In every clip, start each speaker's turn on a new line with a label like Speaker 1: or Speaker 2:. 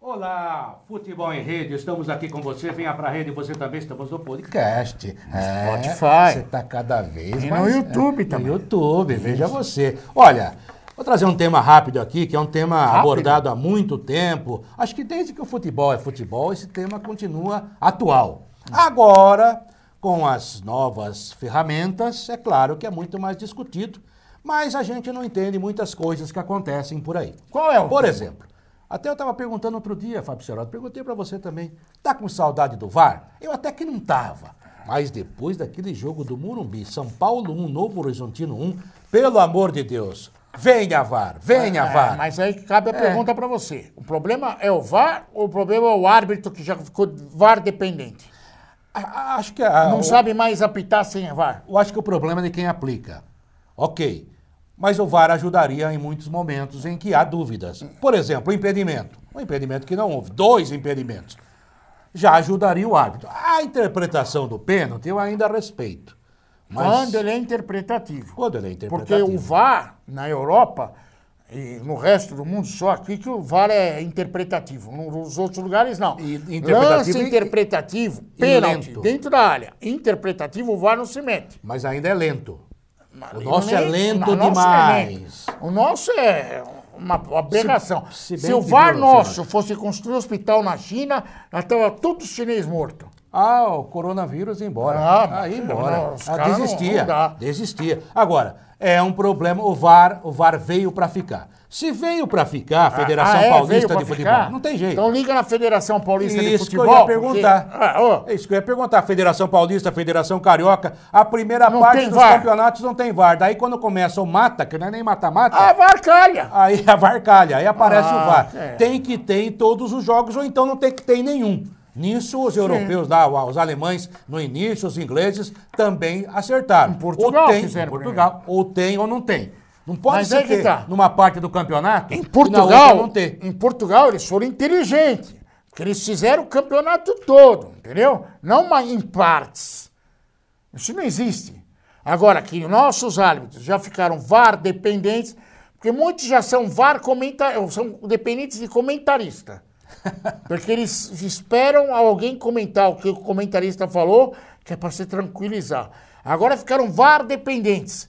Speaker 1: Olá, Futebol em Rede, estamos aqui com você. Venha pra rede, você também, estamos no podcast.
Speaker 2: Podcast. É,
Speaker 3: Spotify.
Speaker 2: Você tá cada vez
Speaker 3: E no
Speaker 2: mais.
Speaker 3: YouTube
Speaker 2: é,
Speaker 3: também.
Speaker 2: No YouTube, veja você. Olha, vou trazer um tema rápido aqui, que é um tema abordado há muito tempo. Acho que desde que o futebol é futebol, esse tema continua atual.
Speaker 3: Hum.
Speaker 2: Agora, com as novas ferramentas, é claro que é muito mais discutido, mas a gente não entende muitas coisas que acontecem por aí.
Speaker 3: Qual é o
Speaker 2: Por
Speaker 3: tema?
Speaker 2: exemplo, até eu estava perguntando outro dia, Fábio Serota, perguntei para você também, tá com saudade do VAR? Eu até que não tava, mas depois daquele jogo do Murumbi, São Paulo 1, Novo Horizontino 1, pelo amor de Deus, venha VAR, venha
Speaker 3: É,
Speaker 2: VAR.
Speaker 3: mas aí cabe a pergunta pra você. O problema é o VAR ou o problema é o árbitro que já ficou VAR dependente?
Speaker 2: A- a- Acho que a-
Speaker 3: Não
Speaker 2: É, o-
Speaker 3: sabe mais apitar sem VAR.
Speaker 2: Eu acho que o problema é de quem aplica. Ok. Mas o VAR ajudaria em muitos momentos em que há dúvidas. Por exemplo, o impedimento. Um impedimento que não houve. Dois impedimentos. Já ajudaria o árbitro. A interpretação do pênalti eu ainda respeito. Mas
Speaker 3: Quando ele é interpretativo.
Speaker 2: Quando ele é
Speaker 3: Porque
Speaker 2: interpretativo.
Speaker 3: o VAR, na Europa e no resto do mundo, só aqui que o VAR é interpretativo. Nos outros lugares, não.
Speaker 2: E- interpretativo
Speaker 3: Lance
Speaker 2: e-
Speaker 3: interpretativo, pênalti,
Speaker 2: lento.
Speaker 3: dentro da área. Interpretativo, o VAR não se mete.
Speaker 2: Mas ainda é lento.
Speaker 3: Mas
Speaker 2: O nosso é
Speaker 3: nem-
Speaker 2: lento
Speaker 3: o nosso é lento.
Speaker 2: demais.
Speaker 3: O nosso é uma aberração.
Speaker 2: se
Speaker 3: Se,
Speaker 2: bem
Speaker 3: o
Speaker 2: que,
Speaker 3: VAR
Speaker 2: viu,
Speaker 3: nosso
Speaker 2: senhor?
Speaker 3: fosse construir um hospital na China, já estava todo chinês morto.
Speaker 2: Ah, o coronavírus ia embora.
Speaker 3: Ah,
Speaker 2: Aí
Speaker 3: mas
Speaker 2: embora.
Speaker 3: não, os
Speaker 2: Ah,
Speaker 3: caras não-
Speaker 2: desistia.
Speaker 3: não dá.
Speaker 2: Desistia. Agora, é um problema. O VAR, o VAR veio para ficar. Se veio para ficar, a Federação
Speaker 3: Ah, é? Veio
Speaker 2: Paulista
Speaker 3: pra
Speaker 2: de Futebol,
Speaker 3: ficar?
Speaker 2: não tem jeito.
Speaker 3: Então liga na Federação Paulista de
Speaker 2: Isso
Speaker 3: Futebol.
Speaker 2: que eu ia
Speaker 3: porque-
Speaker 2: perguntar.
Speaker 3: Ah, ô,
Speaker 2: É isso que eu ia perguntar. Federação Paulista, Federação Carioca, a primeira
Speaker 3: Não
Speaker 2: parte
Speaker 3: tem
Speaker 2: dos
Speaker 3: VAR.
Speaker 2: campeonatos não tem VAR. Daí quando começa o mata, que não é nem
Speaker 3: Ah,
Speaker 2: mata-mata,
Speaker 3: varcalha.
Speaker 2: aí a VAR calha, aí aparece
Speaker 3: Ah,
Speaker 2: o VAR.
Speaker 3: é.
Speaker 2: Tem que ter em todos os jogos, ou então não tem que ter em nenhum. Nisso, os europeus lá, os alemães, no início, os ingleses também acertaram.
Speaker 3: Em Portugal
Speaker 2: ou tem,
Speaker 3: fizeram
Speaker 2: em Portugal, ou tem ou não tem. Não pode
Speaker 3: Mas
Speaker 2: ser
Speaker 3: aí que
Speaker 2: que
Speaker 3: tá.
Speaker 2: numa parte do campeonato
Speaker 3: Em
Speaker 2: e na outra
Speaker 3: Portugal,
Speaker 2: não ter.
Speaker 3: em Portugal eles foram inteligentes, porque eles fizeram o campeonato todo, entendeu? Não uma- em partes. Isso não existe. Agora que nossos árbitros já ficaram VAR dependentes, porque muitos já são VAR comenta são dependentes de comentarista. Porque eles esperam alguém comentar o que o comentarista falou, que é para se tranquilizar. Agora ficaram VAR dependentes.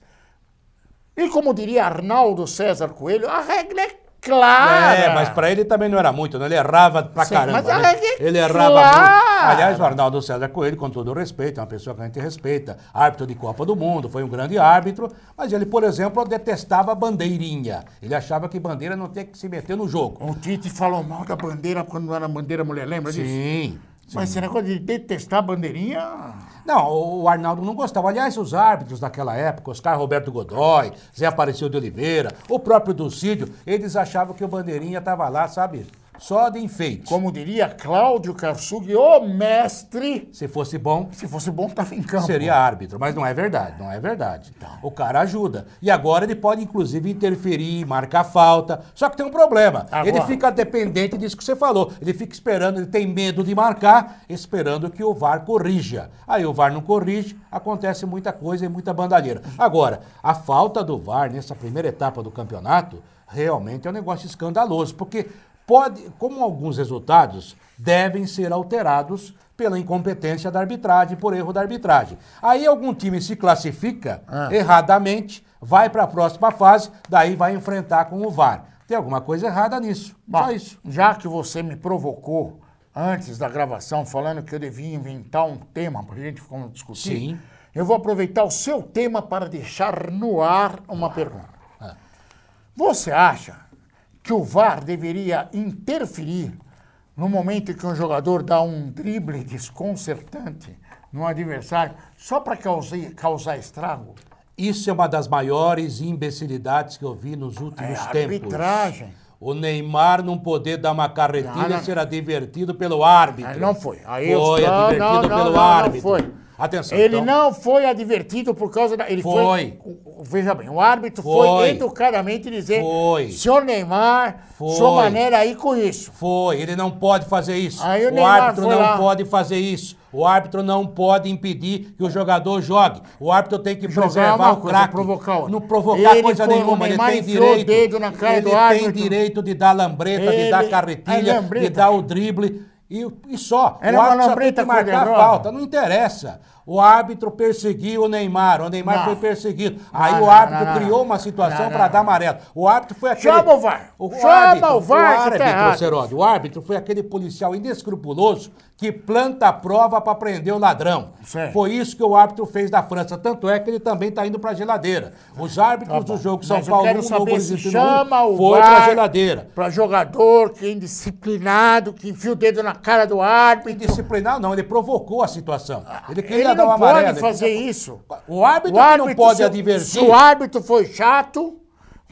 Speaker 3: E como diria Arnaldo César Coelho, a regra é clara.
Speaker 2: É, mas pra ele também não era muito, né? Ele errava pra
Speaker 3: Sim,
Speaker 2: caramba.
Speaker 3: mas
Speaker 2: né?
Speaker 3: é que-
Speaker 2: Ele errava
Speaker 3: Claro!
Speaker 2: muito. Aliás, o Arnaldo César Coelho, com todo o respeito, é uma pessoa que a gente respeita, árbitro de Copa do Mundo, foi um grande árbitro, mas ele, por exemplo, detestava bandeirinha. Ele achava que bandeira não tinha que se meter no jogo.
Speaker 3: O Tite falou mal da bandeira quando era bandeira mulher, lembra disso?
Speaker 2: Sim.
Speaker 3: Mas esse negócio de detestar a bandeirinha.
Speaker 2: Não, o o Arnaldo não gostava. Aliás, os árbitros daquela época, Oscar Roberto Godoy, Zé Aparecido de Oliveira, o próprio Dulcídio, eles achavam que o bandeirinha estava lá, sabe, só de enfeite.
Speaker 3: Como diria Cláudio Karsug, o mestre,
Speaker 2: Se fosse bom,
Speaker 3: se fosse bom, tava em campo.
Speaker 2: Seria árbitro, mas não é verdade, não é verdade. O cara ajuda. E agora ele pode, inclusive, interferir, marcar falta. Só que tem um problema.
Speaker 3: Agora.
Speaker 2: Ele fica dependente disso que você falou. Ele fica esperando, ele tem medo de marcar, esperando que o VAR corrija. Aí o VAR não corrige, acontece muita coisa e muita bandalheira. Agora, a falta do VAR nessa primeira etapa do campeonato realmente é um negócio escandaloso, porque pode, como alguns resultados devem ser alterados pela incompetência da arbitragem, por erro da arbitragem. Aí algum time se classifica erradamente, vai para a próxima fase, daí vai enfrentar com o VAR. Tem alguma coisa errada nisso.
Speaker 3: Bom,
Speaker 2: Só isso.
Speaker 3: Já que você me provocou antes da gravação, falando que eu devia inventar um tema para a gente ficar discutindo,
Speaker 2: Sim.
Speaker 3: eu vou aproveitar o seu tema para deixar no ar uma pergunta.
Speaker 2: Ah.
Speaker 3: Você acha que o VAR deveria interferir no momento em que um jogador dá um drible desconcertante no adversário só para causar, causar estrago?
Speaker 2: Isso é uma das maiores imbecilidades que eu vi nos últimos
Speaker 3: É,
Speaker 2: tempos.
Speaker 3: arbitragem.
Speaker 2: O Neymar não poder dar uma
Speaker 3: Não,
Speaker 2: carretilha
Speaker 3: não.
Speaker 2: e será advertido pelo árbitro.
Speaker 3: Aí não foi. Aí eu-
Speaker 2: Ah, foi
Speaker 3: não,
Speaker 2: advertido
Speaker 3: não, não,
Speaker 2: pelo
Speaker 3: não, não
Speaker 2: árbitro.
Speaker 3: foi.
Speaker 2: Atenção.
Speaker 3: Ele
Speaker 2: então,
Speaker 3: não foi advertido por causa da. Ele foi.
Speaker 2: Foi.
Speaker 3: o- o- Veja bem, o árbitro foi,
Speaker 2: Foi.
Speaker 3: educadamente dizer:
Speaker 2: Foi.
Speaker 3: senhor Neymar,
Speaker 2: Foi.
Speaker 3: sua maneira aí com isso.
Speaker 2: Foi, ele não pode fazer isso.
Speaker 3: Aí o
Speaker 2: o
Speaker 3: Neymar
Speaker 2: árbitro
Speaker 3: foi
Speaker 2: não
Speaker 3: lá.
Speaker 2: pode fazer isso. O árbitro não pode impedir que o jogador jogue. O árbitro tem que
Speaker 3: Jogar é
Speaker 2: preservar
Speaker 3: uma
Speaker 2: o
Speaker 3: coisa,
Speaker 2: craque.
Speaker 3: provocar outra.
Speaker 2: Não provocar
Speaker 3: Ele
Speaker 2: coisa
Speaker 3: foi, o
Speaker 2: nenhuma. Ele
Speaker 3: Neymar
Speaker 2: tem
Speaker 3: enfiou o
Speaker 2: direito.
Speaker 3: dedo na cara
Speaker 2: ele
Speaker 3: do
Speaker 2: tem
Speaker 3: árbitro.
Speaker 2: direito de dar lambreta, de
Speaker 3: Ele-
Speaker 2: dar carretilha,
Speaker 3: É lambreta.
Speaker 2: de dar o drible. E, e só.
Speaker 3: Era
Speaker 2: o
Speaker 3: uma
Speaker 2: árbitro só tem
Speaker 3: lambreta
Speaker 2: que marcar a
Speaker 3: cor-de-rosa.
Speaker 2: falta. Não interessa. O árbitro perseguiu o Neymar. O Neymar
Speaker 3: Não.
Speaker 2: foi perseguido. Aí
Speaker 3: Não,
Speaker 2: o
Speaker 3: não,
Speaker 2: árbitro
Speaker 3: não, não, não.
Speaker 2: criou uma situação
Speaker 3: Não, não,
Speaker 2: para
Speaker 3: não.
Speaker 2: dar amarelo. O árbitro foi aquele.
Speaker 3: Chama o VAR.
Speaker 2: O
Speaker 3: Chama
Speaker 2: árbitro,
Speaker 3: o VAR,
Speaker 2: o
Speaker 3: que tá
Speaker 2: árbitro,
Speaker 3: errado.
Speaker 2: Seródio, o árbitro foi aquele policial inescrupuloso que planta a prova para prender o ladrão.
Speaker 3: Certo.
Speaker 2: Foi isso que o árbitro fez da França. Tanto é que ele também está indo para a geladeira. Os árbitros
Speaker 3: Tá bom.
Speaker 2: do jogo São
Speaker 3: Mas eu
Speaker 2: Paulo
Speaker 3: quero
Speaker 2: 1, Novo
Speaker 3: saber se
Speaker 2: Horizontino 1
Speaker 3: chama o
Speaker 2: foi para a
Speaker 3: VAR
Speaker 2: geladeira.
Speaker 3: Pra jogador que é indisciplinado, que enfia o dedo na cara do árbitro.
Speaker 2: Disciplinar não, ele provocou a situação. Ele queria dar
Speaker 3: Ele não
Speaker 2: é uma
Speaker 3: pode
Speaker 2: amarela.
Speaker 3: fazer isso.
Speaker 2: O árbitro, que não pode
Speaker 3: se- Se
Speaker 2: advertir.
Speaker 3: o árbitro foi chato,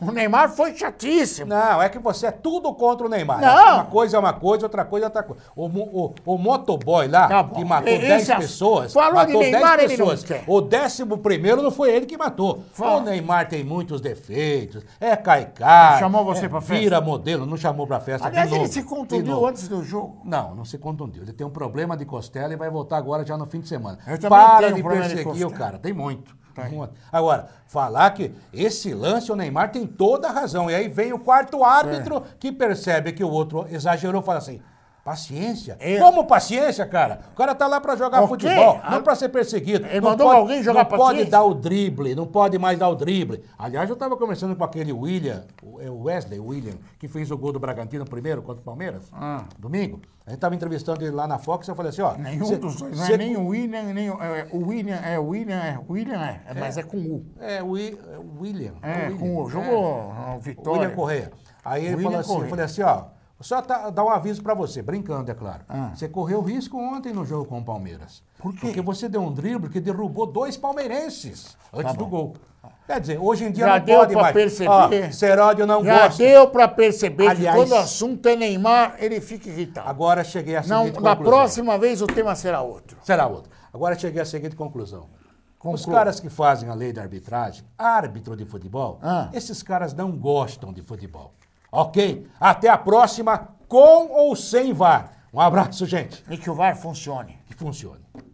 Speaker 3: o Neymar foi chatíssimo.
Speaker 2: Não, é que você é tudo contra o Neymar.
Speaker 3: Não.
Speaker 2: Uma coisa é uma coisa, outra coisa é outra coisa. O, mo- o, o motoboy lá,
Speaker 3: Tá bom.
Speaker 2: que matou
Speaker 3: Esse
Speaker 2: 10
Speaker 3: ass-
Speaker 2: pessoas,
Speaker 3: Falou de
Speaker 2: matou 10
Speaker 3: Neymar, ele não
Speaker 2: pessoas.
Speaker 3: quer.
Speaker 2: o décimo primeiro não foi ele que matou.
Speaker 3: Fala.
Speaker 2: O Neymar tem muitos defeitos, é caicai.
Speaker 3: Chamou você
Speaker 2: é,
Speaker 3: pra festa?
Speaker 2: Vira modelo, não chamou pra festa.
Speaker 3: Aliás,
Speaker 2: Tá de
Speaker 3: ele
Speaker 2: novo,
Speaker 3: se
Speaker 2: de novo.
Speaker 3: contundiu antes do jogo.
Speaker 2: Não, não se contundiu. Ele tem um problema de costela e vai voltar agora já no fim de semana.
Speaker 3: Eu também
Speaker 2: Para
Speaker 3: tenho
Speaker 2: de
Speaker 3: um problema de
Speaker 2: perseguir o
Speaker 3: costela.
Speaker 2: cara. Tem muito. Muito. Agora, falar que esse lance, o Neymar tem toda a razão. E aí vem o quarto
Speaker 3: É.
Speaker 2: árbitro que percebe que o outro exagerou e fala assim. Paciência?
Speaker 3: É.
Speaker 2: Como paciência, cara? O cara tá lá pra jogar
Speaker 3: O quê?
Speaker 2: futebol,
Speaker 3: Ah.
Speaker 2: não pra ser perseguido.
Speaker 3: Ele
Speaker 2: Não
Speaker 3: mandou
Speaker 2: pode-
Speaker 3: alguém jogar
Speaker 2: não pode
Speaker 3: paciência?
Speaker 2: dar o drible, não pode mais dar o drible. Aliás, eu tava conversando com aquele William, o é o Wesley William, que fez o gol do Bragantino primeiro contra o Palmeiras, domingo. A gente tava entrevistando ele lá na Fox e eu falei assim, ó...
Speaker 3: Ah. Nenhum
Speaker 2: cê-
Speaker 3: dos dois, não
Speaker 2: cê-
Speaker 3: é nem o William, nem o, é, o William, é o William, é o William, é, é, mas é com U.
Speaker 2: É, o Wi- é o William.
Speaker 3: É,
Speaker 2: o
Speaker 3: com
Speaker 2: William,
Speaker 3: U. Jogou é.
Speaker 2: O
Speaker 3: Vitória.
Speaker 2: William Correia. Aí ele
Speaker 3: William
Speaker 2: falou assim, eu
Speaker 3: Correa.
Speaker 2: falei assim, ó, só tá, dá um aviso pra você, brincando, é claro.
Speaker 3: Ah.
Speaker 2: Você correu risco ontem no jogo com o Palmeiras. Por quê? Porque você deu um drible que derrubou dois palmeirenses antes do gol. Quer dizer, hoje em dia
Speaker 3: Tá Já
Speaker 2: não
Speaker 3: deu
Speaker 2: pode
Speaker 3: pra
Speaker 2: mais.
Speaker 3: perceber.
Speaker 2: Ó, Seródio não
Speaker 3: Já
Speaker 2: gosta.
Speaker 3: deu pra perceber
Speaker 2: é um Aliás-
Speaker 3: que quando o assunto é Neymar, ele fica irritado.
Speaker 2: Agora cheguei à
Speaker 3: Não,
Speaker 2: seguinte
Speaker 3: na
Speaker 2: conclusão.
Speaker 3: próxima vez o tema será outro.
Speaker 2: Será outro. Agora cheguei à seguinte conclusão. Os
Speaker 3: Conclua.
Speaker 2: caras que fazem a lei da arbitragem, árbitro de futebol,
Speaker 3: Ah.
Speaker 2: esses caras não gostam de futebol. Ok? Até a próxima, com ou sem VAR. Um abraço, gente.
Speaker 3: E que o VAR funcione.
Speaker 2: Que funcione.